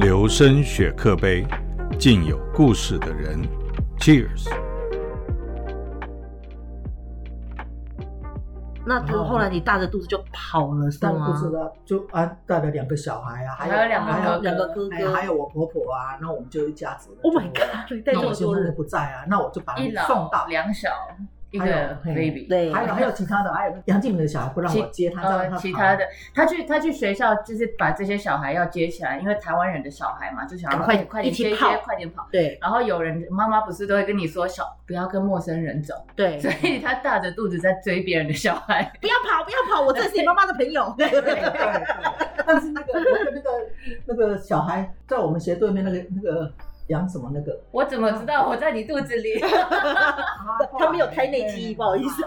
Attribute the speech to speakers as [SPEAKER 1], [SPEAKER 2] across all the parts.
[SPEAKER 1] 求生雪克杯，敬有故事的人，Cheers。
[SPEAKER 2] 那就后来你大着肚子就跑了是
[SPEAKER 3] 哦但不
[SPEAKER 2] 吗
[SPEAKER 3] 知？道，就安带了两个小孩啊，还有
[SPEAKER 4] 还有两个
[SPEAKER 3] 还
[SPEAKER 4] 哥
[SPEAKER 3] 有
[SPEAKER 4] 哥
[SPEAKER 2] 两个哥
[SPEAKER 3] 哎呀
[SPEAKER 2] 哥，
[SPEAKER 3] 还有我婆婆啊，那我们就一家子。
[SPEAKER 2] Oh my god！你带
[SPEAKER 3] 那
[SPEAKER 2] 这
[SPEAKER 3] 我
[SPEAKER 2] 么
[SPEAKER 3] 先
[SPEAKER 2] 多
[SPEAKER 3] 生
[SPEAKER 2] 人，
[SPEAKER 3] 不在啊，那我就把
[SPEAKER 4] 一
[SPEAKER 3] 你送
[SPEAKER 4] 老
[SPEAKER 3] 到。
[SPEAKER 4] 两小，一
[SPEAKER 3] 还
[SPEAKER 4] 个
[SPEAKER 3] 有嘿
[SPEAKER 4] baby，
[SPEAKER 2] 对
[SPEAKER 3] 还有还有其他的，还有杨静敏的小孩不让我接他，让
[SPEAKER 4] 呃
[SPEAKER 3] 他
[SPEAKER 4] 其
[SPEAKER 3] 跑
[SPEAKER 4] 他的，他去他去学校就是把这些小孩要接起来，因为台湾人的小孩嘛，就想要哎
[SPEAKER 2] 赶快
[SPEAKER 4] 快快点
[SPEAKER 2] 一起
[SPEAKER 4] 接一
[SPEAKER 2] 跑
[SPEAKER 4] 接，快点跑。
[SPEAKER 2] 对
[SPEAKER 4] 然后有人妈妈不是都会跟你说小不要跟陌生人走，
[SPEAKER 2] 对，
[SPEAKER 4] 所以他大着肚子在追别人的小孩。
[SPEAKER 2] 不要跑不要跑，我这是你妈妈的朋 友。
[SPEAKER 3] 但是那个那个那个那个小孩在我们斜对面那个那个杨什么那个，
[SPEAKER 4] 我怎么知道我在你肚 子 里？
[SPEAKER 2] 他没有开内机，不好意思。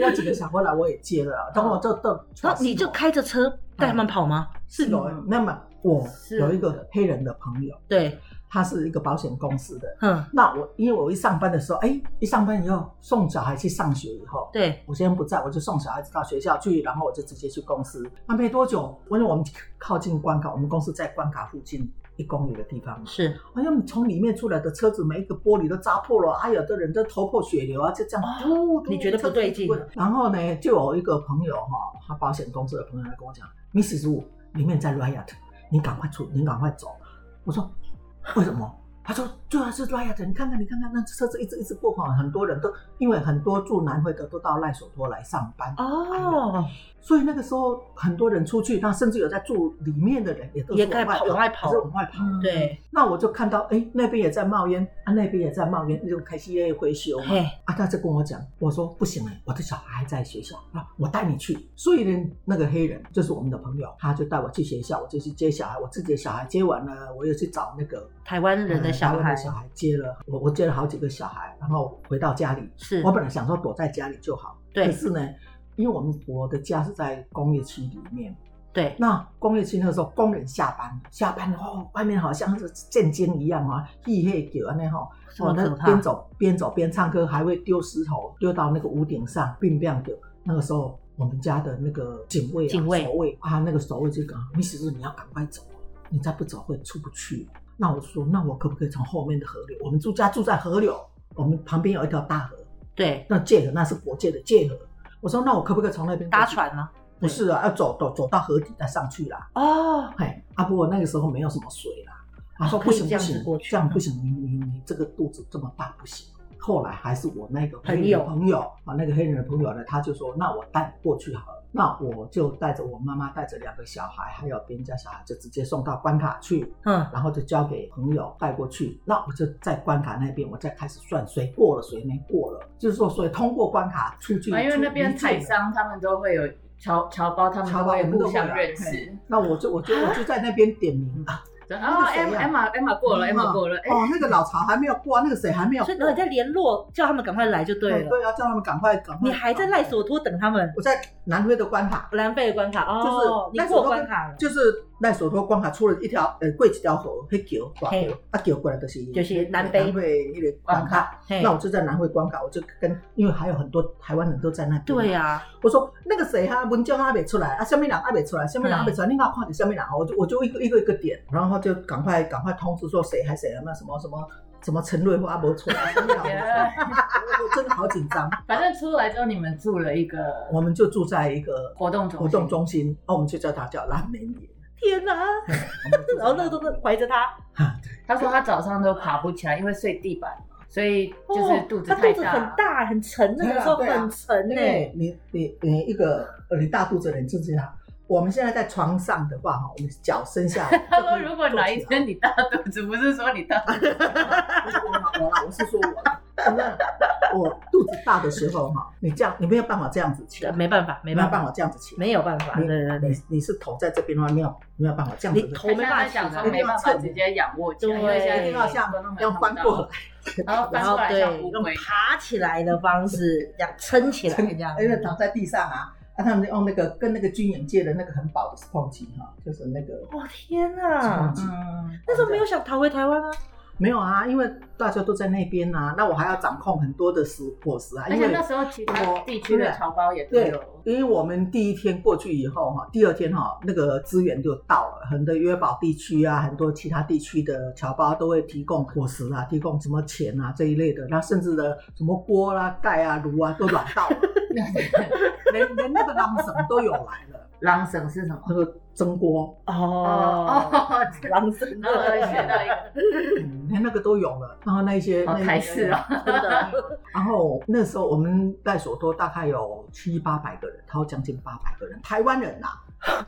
[SPEAKER 3] 那啊几个小回来我也接了啊，等我就到，
[SPEAKER 2] 然哦后你
[SPEAKER 3] 啊
[SPEAKER 2] 就开嗯着车带他们跑吗？
[SPEAKER 3] 是有那么我
[SPEAKER 4] 是
[SPEAKER 3] 有一个黑人的朋友，
[SPEAKER 2] 对，
[SPEAKER 3] 他是一个保险公司的。
[SPEAKER 2] 嗯，
[SPEAKER 3] 那我因为我一上班的时候，哎，一上班以后送小孩去上学以后，
[SPEAKER 2] 对，
[SPEAKER 3] 我先生不在，我就送小孩子到学校去，然后我就直接去公司。那没多久，因为我们靠近关卡，我们公司在关卡附近一公里的地方嘛。
[SPEAKER 2] 是
[SPEAKER 3] 哎呀，从里面出来的车子，每一个玻璃都扎破了，还有的人都头破血流啊，就这样。嘟嘟
[SPEAKER 2] 你觉得不对劲啊
[SPEAKER 3] 车子就过来然后呢，就有一个朋友哈、他保险公司的朋友来跟我讲，Mrs. Wu 里面在 riot，你赶快出，你赶快走。我说为什么？他说对啊，是 riot，你看看，你看看，那车子一直一直过哈，很多人都因为很多住南汇的都到赖索托来上班，
[SPEAKER 2] 哦，
[SPEAKER 3] 所以那个时候很多人出去，那甚至有在住里面的人也都是
[SPEAKER 2] 也该跑往外跑
[SPEAKER 3] 是往外跑。
[SPEAKER 4] 嗯
[SPEAKER 2] 对，
[SPEAKER 3] 那我就看到，哎，那边也在冒烟，啊，那边也在冒烟，那种开始也会修嘛
[SPEAKER 2] 嘿。
[SPEAKER 3] 啊，他就跟我讲，我说不行哎、我的小孩还在学校啊，我带你去。所以呢，那个黑人就是我们的朋友，他就带我去学校，我就去接小孩，我自己的小孩接完了，我又去找那个
[SPEAKER 2] 台湾人的
[SPEAKER 3] 呃
[SPEAKER 2] 小
[SPEAKER 3] 台湾
[SPEAKER 2] 孩
[SPEAKER 3] 的小孩接了，我我接了好几个小孩，然后回到家里，
[SPEAKER 2] 是
[SPEAKER 3] 我，本来想说躲在家里就好，可
[SPEAKER 2] 对
[SPEAKER 3] 是呢，因为我们我的家是在工业区里面，
[SPEAKER 2] 对，
[SPEAKER 3] 那工业区那个时候，工人下班，下班哦，外面好像是震惊一样啊，嘿嘿狗啊那吼，
[SPEAKER 2] 这么
[SPEAKER 3] 哦，那
[SPEAKER 2] 可怕
[SPEAKER 3] 边走边走边唱歌，还会丢石头丢到那个屋顶上，并不样的。那个时候，我们家的那个警卫、啊、
[SPEAKER 2] 警卫
[SPEAKER 3] 守卫啊，那个守卫就讲：“你媳妇，你要赶快走，你再不走会出不去。”那我说：“那我可不可以从后面的河流？我们住家住在河流，我们旁边有一条大河，
[SPEAKER 2] 对，
[SPEAKER 3] 那界河那是国界的界河。”我说：“那我可不可以从那边过
[SPEAKER 2] 搭？”
[SPEAKER 3] 去
[SPEAKER 2] 船吗？
[SPEAKER 3] 不是啊，要走走走到河底再上去啦。
[SPEAKER 2] 哦，
[SPEAKER 3] 嘿，啊，不过那个时候没有什么水啦。他说
[SPEAKER 2] 哦
[SPEAKER 3] 不行
[SPEAKER 2] 可以这
[SPEAKER 3] 不
[SPEAKER 2] 样子
[SPEAKER 3] 行
[SPEAKER 2] 过，去
[SPEAKER 3] 这样不行，你你你这个肚子这么大不行。后来还是我那个
[SPEAKER 2] 朋
[SPEAKER 3] 黑人
[SPEAKER 2] 友
[SPEAKER 3] 的朋友啊，那个黑人的朋友呢，他就说，那我带你过去好了。那我就带着我妈妈，带着两个小孩，还有别人家小孩，就直接送到关卡去，
[SPEAKER 2] 嗯，
[SPEAKER 3] 然后就交给朋友带过去。那我就在关卡那边，我再开始算谁过了，谁没过了，就是说，所以通过关卡出去，
[SPEAKER 4] 啊，因为
[SPEAKER 3] 出
[SPEAKER 4] 那边
[SPEAKER 3] 离境
[SPEAKER 4] 台
[SPEAKER 3] 了
[SPEAKER 4] 商他们都会有侨侨胞，他们
[SPEAKER 3] 乔
[SPEAKER 4] 都
[SPEAKER 3] 巴
[SPEAKER 4] 会
[SPEAKER 3] 我们都会
[SPEAKER 4] 互相
[SPEAKER 3] 啊
[SPEAKER 4] 认
[SPEAKER 3] 嘿
[SPEAKER 4] 识。
[SPEAKER 3] 那我就我就
[SPEAKER 2] 啊
[SPEAKER 3] 我就在那边点 名啊。
[SPEAKER 4] 对啊
[SPEAKER 3] 那个谁啊
[SPEAKER 4] ，Emma Emma 过了
[SPEAKER 3] 嗯
[SPEAKER 4] ，Emma 过了，哎，
[SPEAKER 3] 哦，那个老曹还没有过啊，那个谁还没有过
[SPEAKER 2] 所以然后你在联络，叫他们赶快来就对
[SPEAKER 3] 对
[SPEAKER 2] 了。
[SPEAKER 3] 对啊，叫他们赶快赶快。
[SPEAKER 2] 你还在赖？索托等他们
[SPEAKER 3] 我在南非的关卡，
[SPEAKER 2] 南非的关卡哦，
[SPEAKER 3] 就是
[SPEAKER 2] 你
[SPEAKER 3] 赖索
[SPEAKER 2] 过
[SPEAKER 3] 托
[SPEAKER 2] 关卡了，
[SPEAKER 3] 就是赖索托关卡出了一条呃过一条河，黑桥大
[SPEAKER 2] 嘿
[SPEAKER 3] 河，啊桥过来就是
[SPEAKER 2] 就是南非哦
[SPEAKER 3] 南非那个关卡。
[SPEAKER 2] 嘿
[SPEAKER 3] 那我就在南非关卡，我就跟因为还有很多台湾人都在那边。啊
[SPEAKER 2] 对啊呀，
[SPEAKER 3] 我说那个谁哈、文章还没出来啊，下面人还没出来，下面人啊
[SPEAKER 4] 嗯
[SPEAKER 3] 还没出来，你看看你下面人，我就我就一个一个一个点，然后就赶快赶快通知说谁还谁有没有什么什么什么陈瑞花没出来，什么人没出 来我真的好紧张。
[SPEAKER 4] 反正出来之后你们住了一个
[SPEAKER 3] 我们就住在一个
[SPEAKER 4] 活动中心
[SPEAKER 3] 活动中心，哦，我们就叫它叫蓝莓园。
[SPEAKER 2] 天哪！ 然
[SPEAKER 4] 哦
[SPEAKER 2] 后那个都是怀着他，
[SPEAKER 4] 他说他早上都爬不起来，因为睡地板，所以就是
[SPEAKER 2] 哦
[SPEAKER 4] 肚子
[SPEAKER 2] 他
[SPEAKER 4] 太
[SPEAKER 2] 肚子
[SPEAKER 4] 大。
[SPEAKER 2] 很大很沉，那
[SPEAKER 3] 对
[SPEAKER 2] 个
[SPEAKER 3] 啊
[SPEAKER 2] 时候
[SPEAKER 3] 对啊
[SPEAKER 2] 很沉
[SPEAKER 3] 因
[SPEAKER 2] 呢。
[SPEAKER 3] 为你你你一个呃你大肚子的人就是这样。我们现在在床上的话，哈，我们脚伸下来。
[SPEAKER 4] 他说如果哪一天你大肚子，不是说你大肚子，
[SPEAKER 3] 不是我啦，我啦，我是说我啦。那我肚子大的时候哈，你这样你没有办法这样子起来，
[SPEAKER 2] 没办法，没
[SPEAKER 3] 没有
[SPEAKER 2] 办
[SPEAKER 3] 办
[SPEAKER 2] 法，
[SPEAKER 3] 法这样子起来。
[SPEAKER 2] 没有办法，
[SPEAKER 3] 你
[SPEAKER 2] 对对对，
[SPEAKER 3] 你你是头在这边的话，没有没有办法这样子。
[SPEAKER 2] 你头
[SPEAKER 4] 我们在想说没办法直接仰卧起来，因为现在
[SPEAKER 3] 一定要像
[SPEAKER 4] 观众朋
[SPEAKER 3] 要
[SPEAKER 4] 友看
[SPEAKER 3] 翻
[SPEAKER 4] 不到
[SPEAKER 3] 过来，，
[SPEAKER 4] 然后翻
[SPEAKER 2] 然
[SPEAKER 4] 过
[SPEAKER 2] 后
[SPEAKER 4] 来
[SPEAKER 2] 对
[SPEAKER 4] 像乌
[SPEAKER 2] 用
[SPEAKER 4] 龟。
[SPEAKER 2] 爬起来的方式，这样撑起来这样，
[SPEAKER 3] 因为哎躺在地上啊。那、他们就用那个跟那个军人借的那个很薄的 sponge 哈，就是那个
[SPEAKER 2] 我天
[SPEAKER 3] sponge，、
[SPEAKER 2] 哪！
[SPEAKER 4] 嗯，
[SPEAKER 2] 那时候没有想逃回台湾吗？
[SPEAKER 3] 没有啊，因为大家都在那边啊，那我还要掌控很多的食伙食啊，
[SPEAKER 4] 而
[SPEAKER 3] 因
[SPEAKER 4] 且
[SPEAKER 3] 为
[SPEAKER 4] 那时候其
[SPEAKER 3] 我
[SPEAKER 4] 他地区的侨胞也都
[SPEAKER 3] 对
[SPEAKER 4] 有，，
[SPEAKER 3] 因为我们第一天过去以后哈，第二天哈，那个资源就到了，很多约堡地区啊，很多其他地区的侨胞都会提供伙食啊，提供什么钱啊这一类的，那甚至的什么锅啦、盖啊、炉啊都软到了，连连那个浪省都有来了，
[SPEAKER 4] 朗省是什么？
[SPEAKER 3] 那个蒸锅，
[SPEAKER 2] 哦，
[SPEAKER 4] 哦，这
[SPEAKER 2] 狼神
[SPEAKER 4] 然后我又学到一个，
[SPEAKER 3] 嗯连那个都有了，然后那一些
[SPEAKER 4] 好
[SPEAKER 3] 那一些
[SPEAKER 4] 台式哦，
[SPEAKER 2] 真的，
[SPEAKER 3] 然后那时候我们在索托大概有七八百个人，超将近八百个人，台湾人呐、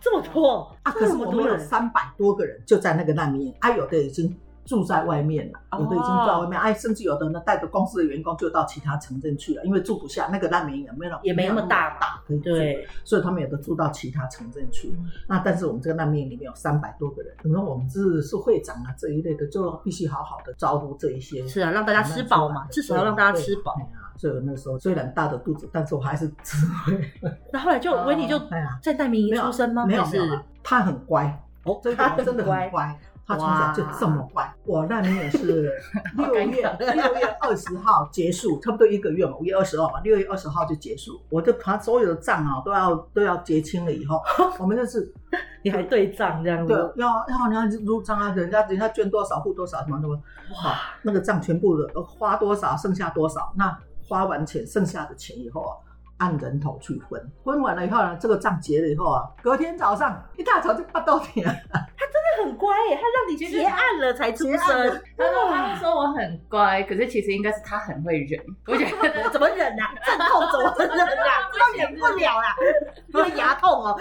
[SPEAKER 2] 这么多
[SPEAKER 3] 啊，可是我们有三百多个人就在那个难民营，啊，有的已经住在外面了，
[SPEAKER 2] 哦
[SPEAKER 3] 有的已经住在外面，哎、甚至有的呢带着公司的员工就到其他城镇去了，因为住不下那个难民营也没有
[SPEAKER 2] 也没那么大嘛
[SPEAKER 3] 大可以住，
[SPEAKER 2] 对，
[SPEAKER 3] 所以他们有的住到其他城镇去。
[SPEAKER 2] 嗯
[SPEAKER 3] 那但是我们这个难民营里面有三百多个人，可能我们是是会长啊这一类的，就必须好好的招呼这一些。
[SPEAKER 2] 是啊，让大家吃饱嘛，至少要让大家吃饱
[SPEAKER 3] 啊对。啊，所以我那时候虽然大着肚子，但是我还是吃 回来。
[SPEAKER 2] 那后来就
[SPEAKER 4] 哦
[SPEAKER 2] 维尼就
[SPEAKER 3] 哎呀，
[SPEAKER 2] 在难民营出生吗？
[SPEAKER 3] 没有
[SPEAKER 2] 还
[SPEAKER 3] 没
[SPEAKER 2] 是
[SPEAKER 3] 有啦，他很乖哦，这个
[SPEAKER 2] 他很
[SPEAKER 3] 人真的
[SPEAKER 2] 乖
[SPEAKER 3] 很乖。他从小就这么乖，我那年也是六月
[SPEAKER 4] 好尴
[SPEAKER 3] 六月二十号结束，差不多一个月嘛，五月二十号嘛，六月二十号就结束。我就把所有的账啊都要都要结清了以后，我们就是
[SPEAKER 2] 你还对账这样
[SPEAKER 3] 对
[SPEAKER 2] 子？
[SPEAKER 3] 要要你要入账啊，人家人家捐多少付多少什么什么，哇，那个账全部的呃花多少剩下多少，那花完钱剩下的钱以后啊，按人头去分，分完了以后呢，这个账结了以后啊，隔天早上一大早就bắt 到你了，
[SPEAKER 2] 他很乖耶，他让你结案了才出
[SPEAKER 3] 结案
[SPEAKER 2] 生
[SPEAKER 3] 了，
[SPEAKER 4] 他说他们说我很乖，可是其实应该是他很会忍，我觉得。
[SPEAKER 2] 怎么忍啊？阵痛怎么忍啊？这都忍不了啦，因为牙痛 哦，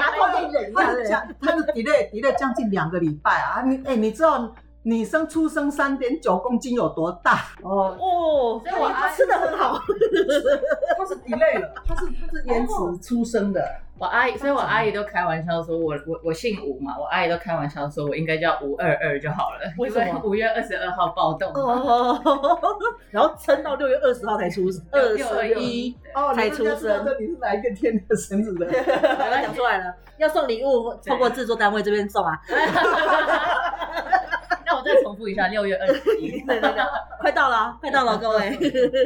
[SPEAKER 2] 牙痛可以忍
[SPEAKER 3] 哦他
[SPEAKER 2] 下
[SPEAKER 3] 的
[SPEAKER 2] 来。
[SPEAKER 3] 将他的 delay delay 将近两个礼拜啊，你哎、你知道女生出生三点九公斤有多大？
[SPEAKER 4] 哦，
[SPEAKER 2] 哦，
[SPEAKER 4] 所以我
[SPEAKER 2] 他吃的很好，
[SPEAKER 3] 她是 delay 了，她是她是延迟出生的。
[SPEAKER 4] 我阿姨，所以我阿姨都开玩笑说我，我我姓吴嘛，我阿姨都开玩笑说，我应该叫吴二二就好了，
[SPEAKER 2] 为什么
[SPEAKER 4] 五月二十二号暴动嘛，
[SPEAKER 2] 哦， 然后撑到六月二十号才出生，二
[SPEAKER 4] 六二
[SPEAKER 2] 十一
[SPEAKER 4] 一。
[SPEAKER 3] 哦，
[SPEAKER 2] 才出生
[SPEAKER 3] 这你是哪一个天的生 日 的？
[SPEAKER 2] 我要讲出来了，要送礼物，
[SPEAKER 4] 对
[SPEAKER 2] 通过制作单位这边送啊。
[SPEAKER 4] 那我再重复一下，六月二十一。
[SPEAKER 2] 对对对，快到了啊，快到了，各位。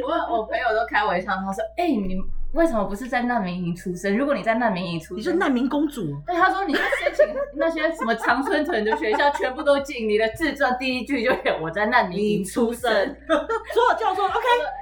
[SPEAKER 4] 我我朋友都开玩笑，他说：“哎、你为什么不是在难民营出生？如果你在难民营 出
[SPEAKER 2] 你是
[SPEAKER 4] 生，
[SPEAKER 2] 难民公主，
[SPEAKER 4] 对他说你就申请那些什么长春屯的学校，全部都进。你的自传第一句就是我在难民营出生。
[SPEAKER 2] 所有教授 OK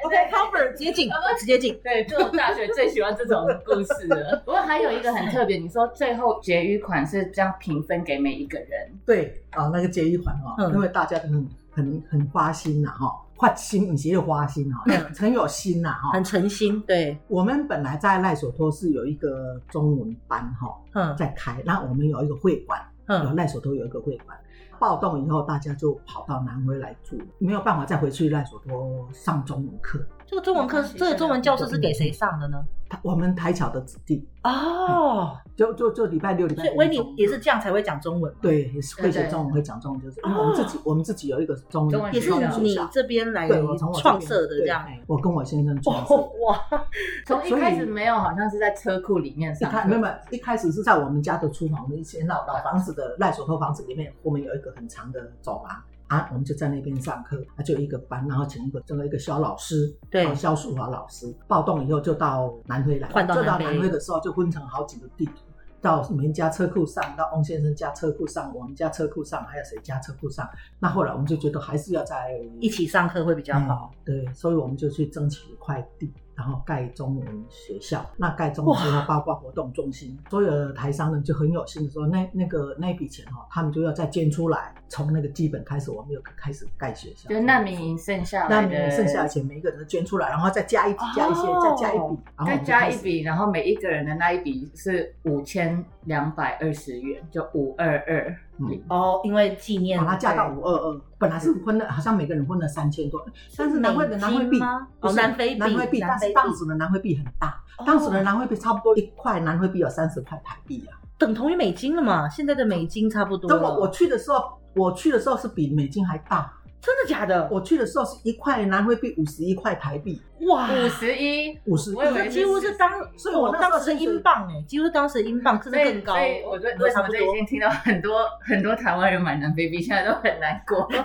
[SPEAKER 2] OK cover 直接进，直接进。
[SPEAKER 4] 对，这种大学最喜欢这种故事了。 不过还有一个很特别，你说最后结余款是这样平分给每一个人，
[SPEAKER 3] 对啊，那个结一款哦，
[SPEAKER 2] 嗯
[SPEAKER 3] 因为大家都很很很花心呐、哈，花心，你其实花心哈、
[SPEAKER 2] 嗯
[SPEAKER 3] 很有心呐、哈、
[SPEAKER 2] 很诚心，对，
[SPEAKER 3] 我们本来在赖索托是有一个中文班哈、
[SPEAKER 2] 嗯
[SPEAKER 3] 在开，那我们有一个会馆，有
[SPEAKER 2] 嗯，
[SPEAKER 3] 赖索托有一个会馆。暴动以后，大家就跑到南非来住，没有办法再回去赖索托上中文课。
[SPEAKER 2] 这个中文课，这个中文教室是给谁上的呢？
[SPEAKER 3] 他我们台侨的子弟，
[SPEAKER 2] 哦，
[SPEAKER 3] 就就就礼拜六、礼拜
[SPEAKER 2] 所以
[SPEAKER 3] 天
[SPEAKER 2] 维尼
[SPEAKER 3] 中文
[SPEAKER 2] 也是哦这样才会讲中文嘛，
[SPEAKER 3] 对，也是会
[SPEAKER 4] 对
[SPEAKER 3] 写
[SPEAKER 4] 对
[SPEAKER 3] 中文，会讲中文，就是因为我们自己，我们自己有一个中
[SPEAKER 4] 中文
[SPEAKER 3] 文
[SPEAKER 2] 也是
[SPEAKER 4] 学校
[SPEAKER 2] 你这边来
[SPEAKER 3] 对，我从我这边
[SPEAKER 2] 创设的这样。。
[SPEAKER 3] 对我跟我先生创设
[SPEAKER 2] 哦。哇，
[SPEAKER 4] 从一开始没有，好像是在车库里面
[SPEAKER 3] 一
[SPEAKER 4] 上课。
[SPEAKER 3] 开没有没有，一开始是在我们家的厨房，我们以前老老房子的赖索托房子里面，我们有一个很长的走廊啊，我们就在那边上课，啊，就一个班，然后请一个这个一个肖老师，
[SPEAKER 2] 对
[SPEAKER 3] 啊肖淑华老师。暴动以后就到南非来，
[SPEAKER 2] 换到
[SPEAKER 3] 就到
[SPEAKER 2] 南非
[SPEAKER 3] 南非的时候就分成好几个地图。到我们家车库上，到翁先生家车库上，我们家车库上，还有谁家车库上？那后来我们就觉得还是要在
[SPEAKER 2] 一起上课会比较好。
[SPEAKER 3] 嗯对，所以我们就去争取一块地，然后盖中文学校。那盖中文学校包括活动中心，所有的台商人就很有心的说，那那个那笔钱哦，他们就要再捐出来，从那个基本开始，我们又开始盖学校。
[SPEAKER 4] 就难民营剩下
[SPEAKER 3] 那
[SPEAKER 4] 来
[SPEAKER 3] 你
[SPEAKER 4] 的，
[SPEAKER 3] 剩下的钱，每一个人都捐出来，然后再加一加一些，
[SPEAKER 2] 哦
[SPEAKER 3] 再加一笔，然后我
[SPEAKER 4] 再
[SPEAKER 3] 们就
[SPEAKER 4] 加
[SPEAKER 3] 开
[SPEAKER 4] 一
[SPEAKER 3] 始。
[SPEAKER 4] 笔，然后每一个人的那一笔是五千两百二十元，就五二二。
[SPEAKER 3] 嗯
[SPEAKER 2] 哦，因为纪念
[SPEAKER 3] 把它加到五二二，本来是分了，好像每个人分了三千多，但是南非的南非
[SPEAKER 2] 美金
[SPEAKER 3] 币
[SPEAKER 2] 吗
[SPEAKER 3] 不
[SPEAKER 2] 哦，
[SPEAKER 3] 是
[SPEAKER 2] 南非币，
[SPEAKER 3] 南非币，但是当时的南非币很大，当时的
[SPEAKER 2] 哦
[SPEAKER 3] 南非币差不多一块南非币有三十块台币啊。
[SPEAKER 2] 等同于美金了嘛？现在的美金差不多
[SPEAKER 3] 但
[SPEAKER 2] 了。
[SPEAKER 3] 哦我我去的时候，我去的时候是比美金还大。
[SPEAKER 2] 真的假的？
[SPEAKER 3] 我去的时候是一块南非币五十一块台币，
[SPEAKER 2] 哇，
[SPEAKER 4] 五十一，
[SPEAKER 3] 五十一
[SPEAKER 4] 我以为
[SPEAKER 2] 几乎是当，
[SPEAKER 3] 所以我
[SPEAKER 2] 我
[SPEAKER 3] 那时候
[SPEAKER 2] 当时是
[SPEAKER 3] 就是
[SPEAKER 2] 英镑哎，几乎是当时英镑，甚至
[SPEAKER 4] 所以
[SPEAKER 2] 更高。
[SPEAKER 4] 所以我觉得为什么最近听到很多很多台湾人买南非币，现在都很难 过，
[SPEAKER 3] 对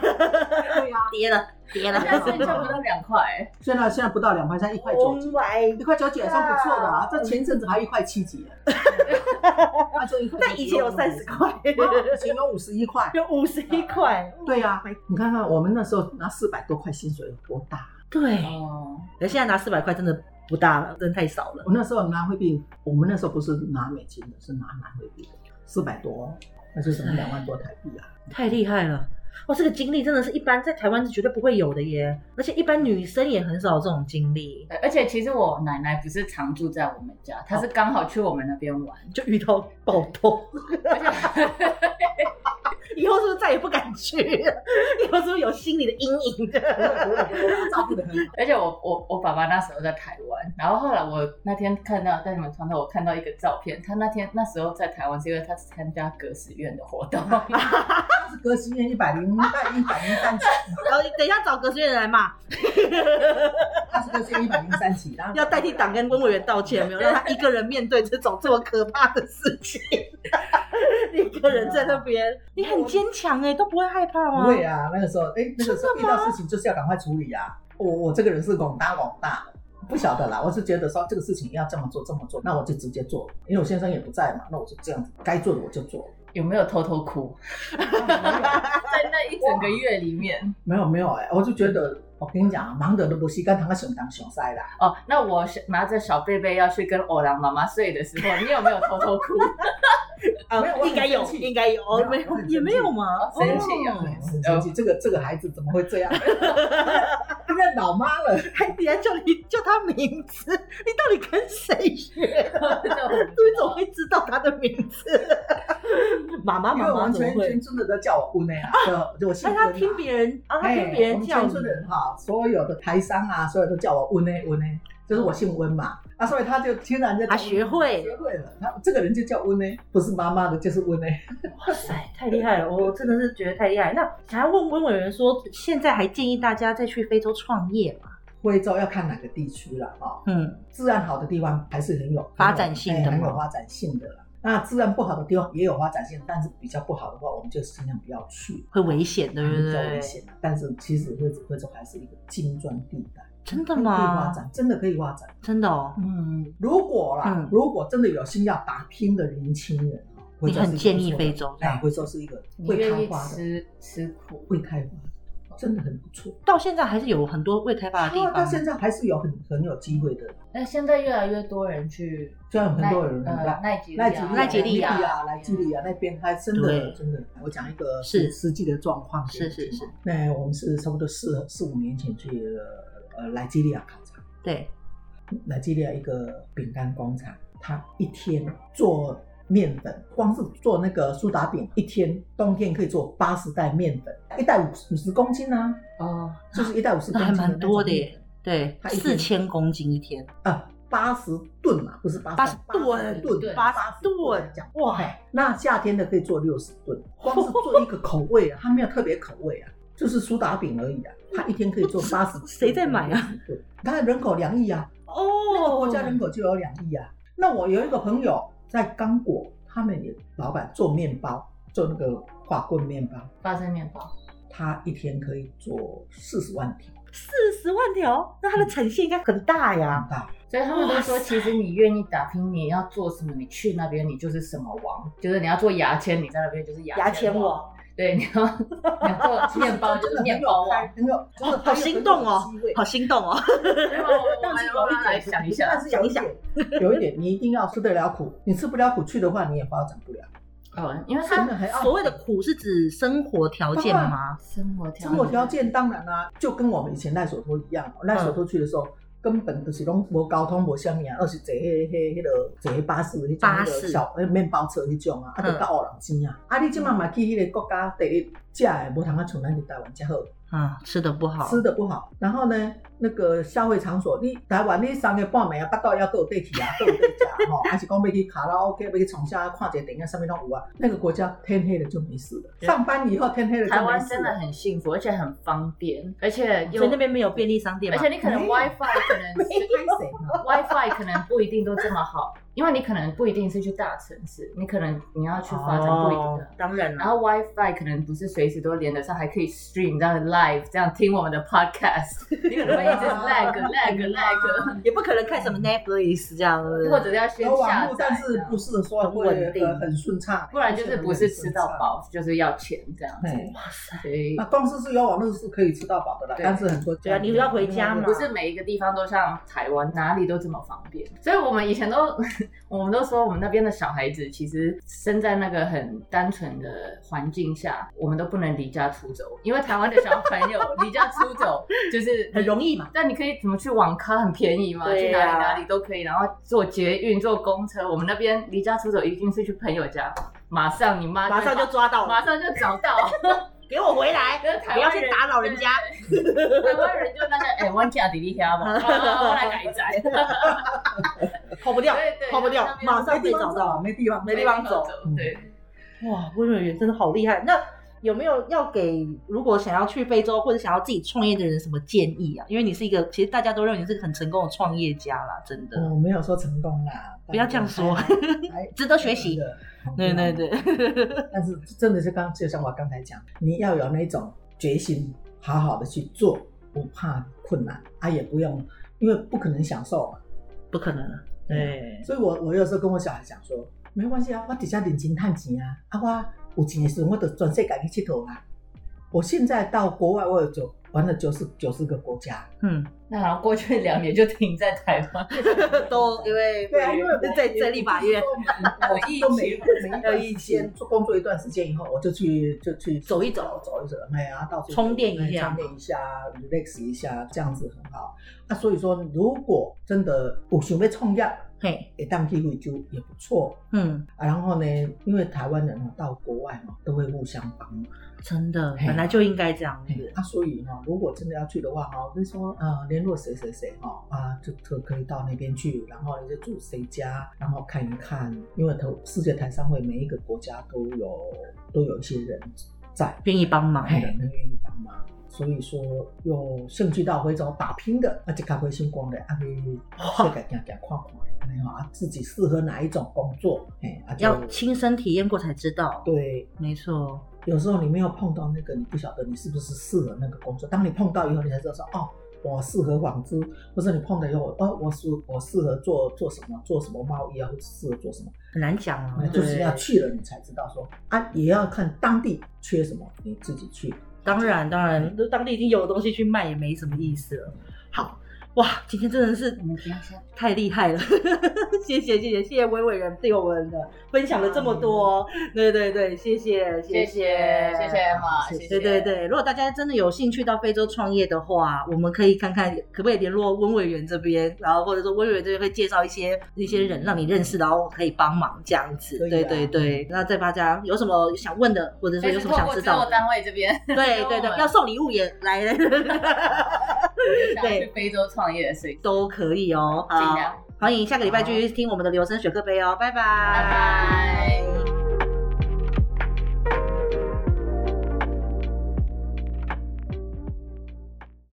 [SPEAKER 3] 呀、
[SPEAKER 2] 跌了，跌了
[SPEAKER 4] 现。在剩下不到两块，
[SPEAKER 3] 现在现在不到两块三，一块九
[SPEAKER 2] Oh
[SPEAKER 3] 几，
[SPEAKER 2] my！
[SPEAKER 3] 一块九几也算不错的啊。这前一阵子还一块七几，那就一块。
[SPEAKER 2] 那以前有三十，块，
[SPEAKER 3] 以前有五十一块。
[SPEAKER 2] 有五十一块。
[SPEAKER 3] 对呀、你看看我们那时候拿四百多块薪水有多大？
[SPEAKER 2] 对，
[SPEAKER 4] 哦，
[SPEAKER 2] 那现在拿四百块真的不大了，真的太少了。
[SPEAKER 3] 我那时候拿汇币，我们那时候不是拿美金的，是拿南汇币的，四百多，那是什么两万多台币 啊？
[SPEAKER 2] 太厉害了！哇，这个经历真的是一般在台湾是绝对不会有的耶，而且一般女生也很少有这种经历，
[SPEAKER 4] 对而且其实我奶奶不是常住在我们家，她是刚好去我们那边玩，
[SPEAKER 2] 就遇到暴动，
[SPEAKER 4] 而且
[SPEAKER 2] 以后是不是再也不敢去了？ 以后是不是有心理的阴影 的？
[SPEAKER 3] 照顾的很好。
[SPEAKER 4] 而且我我我爸爸那时候在台湾，然后后来我那天看到在你们床头，我看到一个照片，他那天那时候在台湾是因为他参加歌实院的活 动，
[SPEAKER 3] 当时歌星院一百零一百零三期，
[SPEAKER 2] 然后等一下找格学院来骂，
[SPEAKER 3] 当时歌星院一百零三期，然后
[SPEAKER 2] 要代替党跟温委员道歉，没有让他一个人面对这种这么可怕的事情， 一个人在那边，你很坚强哎，都不会害怕吗？
[SPEAKER 3] 不会啊，那个时候，哎、那个时候遇到事情就是要赶快处理啊。我我这个人是广大广大的，不晓得啦，我是觉得说这个事情要这么做这么做，那我就直接做，因为我先生也不在嘛，那我就这样子，该做的我就做。
[SPEAKER 4] 有没有偷偷哭？ 在那一整个月里面，
[SPEAKER 3] 没有没有哎、我就觉得哦我跟你讲，忙得都不是干堂个熊当熊塞啦。
[SPEAKER 4] 哦，那我是拿着小贝贝要去跟欧郎妈妈睡的时候，你有没有偷偷哭？
[SPEAKER 2] 啊
[SPEAKER 3] 没有我很
[SPEAKER 2] 应该有
[SPEAKER 3] 生，气
[SPEAKER 2] 应该有，
[SPEAKER 3] 没
[SPEAKER 2] 没
[SPEAKER 3] 有我
[SPEAKER 2] 有
[SPEAKER 3] 很
[SPEAKER 2] 也没有
[SPEAKER 3] 生气
[SPEAKER 2] 嘛，
[SPEAKER 4] 哦生气啊
[SPEAKER 2] 哦
[SPEAKER 3] 哎很生气，这个这个孩子怎么会 这样？ 变老妈了，
[SPEAKER 2] 还你啊还叫你叫他名字，你到底跟谁学？
[SPEAKER 4] 那我
[SPEAKER 2] 你怎么会知道他的名字？妈妈
[SPEAKER 3] 因
[SPEAKER 2] 妈
[SPEAKER 3] 为我
[SPEAKER 2] 妈
[SPEAKER 3] 们
[SPEAKER 2] 怎么
[SPEAKER 3] 全全
[SPEAKER 2] 会？
[SPEAKER 3] 村的都叫我姑娘 啊，就就我姓
[SPEAKER 2] 但
[SPEAKER 3] 温
[SPEAKER 2] 他
[SPEAKER 3] 啊。
[SPEAKER 2] 听别人啊，他
[SPEAKER 3] 哎，
[SPEAKER 2] 听别
[SPEAKER 3] 我
[SPEAKER 2] 人
[SPEAKER 3] 们
[SPEAKER 2] 叫
[SPEAKER 3] 全
[SPEAKER 2] 你
[SPEAKER 3] 村的人哈，所有的台商啊，所有都叫我温呢温呢，就是我姓温嘛，啊，所以他就天然就
[SPEAKER 2] 嗯他学会
[SPEAKER 3] 学会了，他这个人就叫温呢，不是妈妈的，就是温呢。
[SPEAKER 2] 哇塞，太厉害了！我真的是觉得太厉害。那想要问温委员说，现在还建议大家再去非洲创业吗？
[SPEAKER 3] 徽州要看哪个地区了哈，
[SPEAKER 2] 嗯，
[SPEAKER 3] 治安好的地方还是很有
[SPEAKER 2] 发展性的
[SPEAKER 3] 哎很
[SPEAKER 2] 嘛
[SPEAKER 3] 有发展性的啦。那治安不好的地方也有发展性，但是比较不好的话，我们就尽量不要去，
[SPEAKER 2] 会危险，对不
[SPEAKER 3] 比较危
[SPEAKER 2] 对？
[SPEAKER 3] 险。但是其实惠惠州还是一个金砖地带，
[SPEAKER 2] 真的
[SPEAKER 3] 可以发
[SPEAKER 2] 吗？
[SPEAKER 3] 展，真的可以发展。
[SPEAKER 2] 真的哦，
[SPEAKER 4] 嗯，
[SPEAKER 3] 如果啦，
[SPEAKER 2] 嗯
[SPEAKER 3] 如果真的有心要打拼的年轻人哦，
[SPEAKER 2] 你
[SPEAKER 3] 回州是一个
[SPEAKER 2] 很建议
[SPEAKER 3] 不错的
[SPEAKER 2] 非洲
[SPEAKER 3] 哎，回州是一个
[SPEAKER 4] 你
[SPEAKER 3] 会
[SPEAKER 4] 愿
[SPEAKER 3] 开
[SPEAKER 4] 意
[SPEAKER 3] 花的，
[SPEAKER 4] 吃吃苦？
[SPEAKER 3] 会开花，真的很不错。
[SPEAKER 2] 到现在还是有很多未开发的地
[SPEAKER 3] 啊，
[SPEAKER 2] 方。
[SPEAKER 3] 到现在还是有很很有机会的，
[SPEAKER 4] 那现在越来越多人去
[SPEAKER 3] 虽然很
[SPEAKER 4] 奈
[SPEAKER 3] 多人
[SPEAKER 4] 呃
[SPEAKER 3] 来
[SPEAKER 4] 奈及
[SPEAKER 3] 奈及
[SPEAKER 2] 奈及利
[SPEAKER 3] 利
[SPEAKER 2] 亚
[SPEAKER 4] 啊
[SPEAKER 3] 亚、奈及利亚那边，还真
[SPEAKER 2] 对
[SPEAKER 3] 的真的，我讲一个
[SPEAKER 2] 是
[SPEAKER 3] 实际的状况给
[SPEAKER 2] 是
[SPEAKER 3] 你听
[SPEAKER 2] 是
[SPEAKER 3] 哦。
[SPEAKER 2] 是，
[SPEAKER 3] 那我们是差不多四四五年前去呃奈及利亚考察，
[SPEAKER 2] 对，
[SPEAKER 3] 奈及利亚一个饼干工厂，它一天做面粉，光是做那个苏打饼，一天冬天可以做八十袋面粉，一袋五五十公斤啊，
[SPEAKER 4] 哦，
[SPEAKER 3] 就是一袋五十
[SPEAKER 2] 那
[SPEAKER 3] 公
[SPEAKER 2] 还
[SPEAKER 3] 斤的
[SPEAKER 2] 蛮
[SPEAKER 3] 那
[SPEAKER 2] 多
[SPEAKER 3] 种
[SPEAKER 2] 的
[SPEAKER 3] 面
[SPEAKER 2] 耶
[SPEAKER 3] 粉，
[SPEAKER 2] 对，
[SPEAKER 3] 它一
[SPEAKER 2] 四
[SPEAKER 3] 天
[SPEAKER 2] 千公斤一天。
[SPEAKER 3] 啊，八十吨嘛，不是八
[SPEAKER 2] 80吨
[SPEAKER 3] 吨，
[SPEAKER 2] 八
[SPEAKER 3] 十
[SPEAKER 2] 十吨
[SPEAKER 3] 讲
[SPEAKER 2] 哇
[SPEAKER 3] 哇，哎那夏天的可以做六十吨，光是做一个口味啊，它没有特别口味啊，就是苏打饼而已啊，它一天可以做八十，
[SPEAKER 2] 谁在买啊？
[SPEAKER 3] 对，它人口两亿啊，那个
[SPEAKER 2] 哦
[SPEAKER 3] 国家人口就有两亿啊。那我有一个朋友在刚果，他们也老板做面包，做那个法棍面包，
[SPEAKER 4] 发生面包，
[SPEAKER 3] 他一天可以做四十万条，
[SPEAKER 2] 四十万条，那它的产线应该很大呀
[SPEAKER 3] 很。大。
[SPEAKER 4] 所以他们都说，
[SPEAKER 2] 哇塞
[SPEAKER 4] 其实你愿意打拼，你要做什么，你去那边你就是什么王，就是你要做牙签，你在那边就是
[SPEAKER 2] 牙
[SPEAKER 4] 牙
[SPEAKER 2] 签
[SPEAKER 4] 王，
[SPEAKER 2] 王，
[SPEAKER 4] 对，你要你要做面包就是面包啊王。
[SPEAKER 3] 很有，真的
[SPEAKER 2] 好心动哦
[SPEAKER 3] 很有机会
[SPEAKER 2] 好心动哦。
[SPEAKER 4] 对吧我们我们啊来想一下
[SPEAKER 3] 但，是有一点，有一点，你一定要吃得了苦。你吃不了苦去的话，你也发展不了。
[SPEAKER 4] 哦，因为
[SPEAKER 3] 真
[SPEAKER 4] 他
[SPEAKER 3] 的还要
[SPEAKER 2] 啊所谓的苦是指生活条件吗？
[SPEAKER 4] 生活条
[SPEAKER 3] 生活条件，当然啦、就跟我们以前赖索托一样。
[SPEAKER 4] 嗯
[SPEAKER 3] 赖索托去的时候，根本就是拢无交通，无啥物啊，而是坐迄迄迄落坐迄巴士，迄种
[SPEAKER 2] 巴
[SPEAKER 3] 那
[SPEAKER 2] 士
[SPEAKER 3] 个小那面包车迄种啊，啊，
[SPEAKER 2] 嗯
[SPEAKER 3] 就到黑人钱啊。啊，你即满嘛去迄个国家第一，食的无通啊像咱伫台湾遮好，
[SPEAKER 2] 啊，吃的不好，
[SPEAKER 3] 吃的不好，然后呢，那个消费场所，你台湾你三个半暝啊，巴肚要够有地去 啊，够有地食吼，还是讲要去卡拉 OK，要去床下看一个电影，上面拢有啊。那个国家天黑了就没事了，
[SPEAKER 4] 对
[SPEAKER 3] 上班以后天黑了
[SPEAKER 4] 台
[SPEAKER 3] 就没
[SPEAKER 4] 湾
[SPEAKER 3] 事
[SPEAKER 4] 真的
[SPEAKER 3] 了。
[SPEAKER 4] 很幸福，而且很方便，而且又
[SPEAKER 2] 所以那边没有便利商店
[SPEAKER 4] 而
[SPEAKER 2] 嘛
[SPEAKER 4] 且。你可能
[SPEAKER 3] 没有
[SPEAKER 4] WiFi 可 能
[SPEAKER 3] 没开谁嘛
[SPEAKER 4] 嗯 WiFi 可能不一定都这么好，因为你可能不一定是去大城市，你可能你要去发展不一定
[SPEAKER 3] 哦
[SPEAKER 4] 的。
[SPEAKER 2] 哦当然
[SPEAKER 4] 然
[SPEAKER 2] 了，
[SPEAKER 4] 后 WiFi 可能不是随时都连得上，还可以 stream 这样 live 这样听我们的 podcast，你可能会一直 lag lag lag，
[SPEAKER 2] 也不可能看什么 Netflix 这样子，
[SPEAKER 4] 或者要先
[SPEAKER 3] 有网
[SPEAKER 4] 下
[SPEAKER 3] 络，
[SPEAKER 4] 载
[SPEAKER 3] 但是
[SPEAKER 4] 这样，
[SPEAKER 3] 不是说会
[SPEAKER 2] 很稳定
[SPEAKER 3] 呃很顺畅，
[SPEAKER 4] 不然就是不是吃到饱，就是要钱这样
[SPEAKER 3] 对。
[SPEAKER 4] 子。
[SPEAKER 3] 嘿
[SPEAKER 4] 所以
[SPEAKER 3] 那公司是有网络是可以吃到饱的啦，
[SPEAKER 4] 对
[SPEAKER 3] 但是很多
[SPEAKER 2] 对啊你要回家嘛
[SPEAKER 4] 不是每一个地方都像台湾，哪里都这么方便。所以我们以前都， 我们都说我们那边的小孩子其实生在那个很单纯的环境下，我们都不能离家出走，因为台湾的小朋 友离家出走就是
[SPEAKER 2] 很容易嘛。
[SPEAKER 4] 但你可以怎么去网咖很便宜嘛，
[SPEAKER 2] 对
[SPEAKER 4] 去
[SPEAKER 2] 啊
[SPEAKER 4] 哪里哪里都可以，然后坐捷运、坐公车。我们那边离家出走一定是去朋友家，马上你妈
[SPEAKER 2] 马上就抓到
[SPEAKER 4] 马
[SPEAKER 2] 了，
[SPEAKER 4] 上就找到，
[SPEAKER 2] 给我回 来
[SPEAKER 4] 跟，台湾人
[SPEAKER 2] 不要去打扰人家。
[SPEAKER 4] 台湾人就那个哎，我家弟弟遐 嘛，啊我来改宅。
[SPEAKER 2] 跑不掉
[SPEAKER 4] 对对，
[SPEAKER 2] 跑不掉
[SPEAKER 4] 那，边
[SPEAKER 2] 马上
[SPEAKER 3] 没
[SPEAKER 2] 被
[SPEAKER 3] 地方
[SPEAKER 2] 找
[SPEAKER 3] 走啊，
[SPEAKER 2] 到。
[SPEAKER 3] 没地方
[SPEAKER 2] 没地方走嗯
[SPEAKER 4] 对，
[SPEAKER 2] 哇，温瑞园真的好厉害。那有没有要给如果想要去非洲或者想要自己创业的人什么建议啊？因为你是一个，其实大家都认为你是个很成功的创业家啦，真的、
[SPEAKER 3] 我没有说成功啦，
[SPEAKER 2] 嗯不要这样说
[SPEAKER 3] 还 还
[SPEAKER 2] 值得学习。嗯对对。
[SPEAKER 3] 还
[SPEAKER 2] 对，
[SPEAKER 3] 但是真的是刚，就像我刚才讲，你要有那种决心，好好的去做，不怕困难啊，也不用，因为不可能享受嘛。
[SPEAKER 2] 不可能啊！对，
[SPEAKER 3] 所以我我有时候跟我小孩讲说，没关系啊，我底下领钱探钱啊，啊我有钱的时候我就全世界去佚佗啊。我现在到国外，我有九玩了九十九十个国家，
[SPEAKER 2] 嗯，
[SPEAKER 4] 那然后过去两年就停在台湾，
[SPEAKER 2] 都因为
[SPEAKER 3] 对啊，因为我
[SPEAKER 2] 在在立法院，
[SPEAKER 3] 我都每每一段时间做工作一段时间以后，我就去就去
[SPEAKER 2] 走一走
[SPEAKER 3] 走一走，哎呀，到处
[SPEAKER 2] 充电一下
[SPEAKER 3] 哎充电一下，relax 一下，这样子很好。那所以说，如果真的有想要创业，
[SPEAKER 2] 嘿，
[SPEAKER 3] 也当机会就也不错。
[SPEAKER 2] 嗯，
[SPEAKER 3] 啊，然后呢，因为台湾人哦到国外嘛，都会互相帮忙。
[SPEAKER 2] 真的，
[SPEAKER 3] 嘿
[SPEAKER 2] 本来就应该这样
[SPEAKER 3] 嘿
[SPEAKER 2] 子。
[SPEAKER 3] 啊，所以哈，如果真的要去的话哈，我会说呃，联络谁谁谁哈啊，就可可以到那边去，然后你就住谁家，然后看一看，因为头世界台商会每一个国家都有都有一些人在，
[SPEAKER 2] 愿意帮忙
[SPEAKER 3] 哎，
[SPEAKER 2] 的，
[SPEAKER 3] 人愿意帮忙。所以说，有兴趣到回找打拼的，啊，就赶快星光的，啊，去世界行行看看，安尼吼啊，自己适合哪一种工作，哎，啊，就
[SPEAKER 2] 要亲身体验过才知道。
[SPEAKER 3] 对
[SPEAKER 2] 没错，
[SPEAKER 3] 有时候你没有碰到那个，你不晓得你是不是适合那个工作。当你碰到以后，你才知道说哦，我适合纺织，或者你碰到以后，哦，我适我适合做做什么，做什么贸易啊，或者适合做什么，
[SPEAKER 2] 很难讲啊
[SPEAKER 4] 嗯
[SPEAKER 3] 那，
[SPEAKER 2] 对
[SPEAKER 3] 就是要去了你才知道说啊，也要看当地缺什么，你自己去。
[SPEAKER 2] 当然，当然，
[SPEAKER 4] 嗯
[SPEAKER 2] 就当地已经有的东西去卖也没什么意思了。好，哇，今天真的是
[SPEAKER 4] 我们不要下
[SPEAKER 2] 太厉害了， 谢谢，谢谢，谢谢伟伟人对我们的分享了这么多，对对对，谢谢，
[SPEAKER 4] 嗯
[SPEAKER 2] 谢
[SPEAKER 4] 谢谢谢谢嘛，
[SPEAKER 3] 谢
[SPEAKER 4] 谢
[SPEAKER 3] 谢
[SPEAKER 4] 谢
[SPEAKER 2] 对对对，如果大家真的有兴趣到非洲创业的话，我们可以看看可不可以联络温委员这边，然后或者说温委员这边会介绍一些一些人让你认识，然后可以帮忙这样子。
[SPEAKER 3] 可以啊
[SPEAKER 2] 对对对，那再大家有什么想问的，或者说
[SPEAKER 4] 所以
[SPEAKER 2] 有
[SPEAKER 4] 是
[SPEAKER 2] 什
[SPEAKER 4] 透
[SPEAKER 2] 么想
[SPEAKER 4] 过
[SPEAKER 2] 知
[SPEAKER 4] 制
[SPEAKER 2] 道
[SPEAKER 4] 作
[SPEAKER 2] 的，
[SPEAKER 4] 单位这边，
[SPEAKER 2] 对对
[SPEAKER 4] 哦
[SPEAKER 2] 对，要送礼物也来，
[SPEAKER 4] 想去非洲创业，所以
[SPEAKER 2] 都可以哦。
[SPEAKER 4] 尽
[SPEAKER 2] 好，
[SPEAKER 4] 量，
[SPEAKER 2] 欢迎下个礼拜继续听我们的留声雪克杯哦，拜拜，
[SPEAKER 4] 拜拜。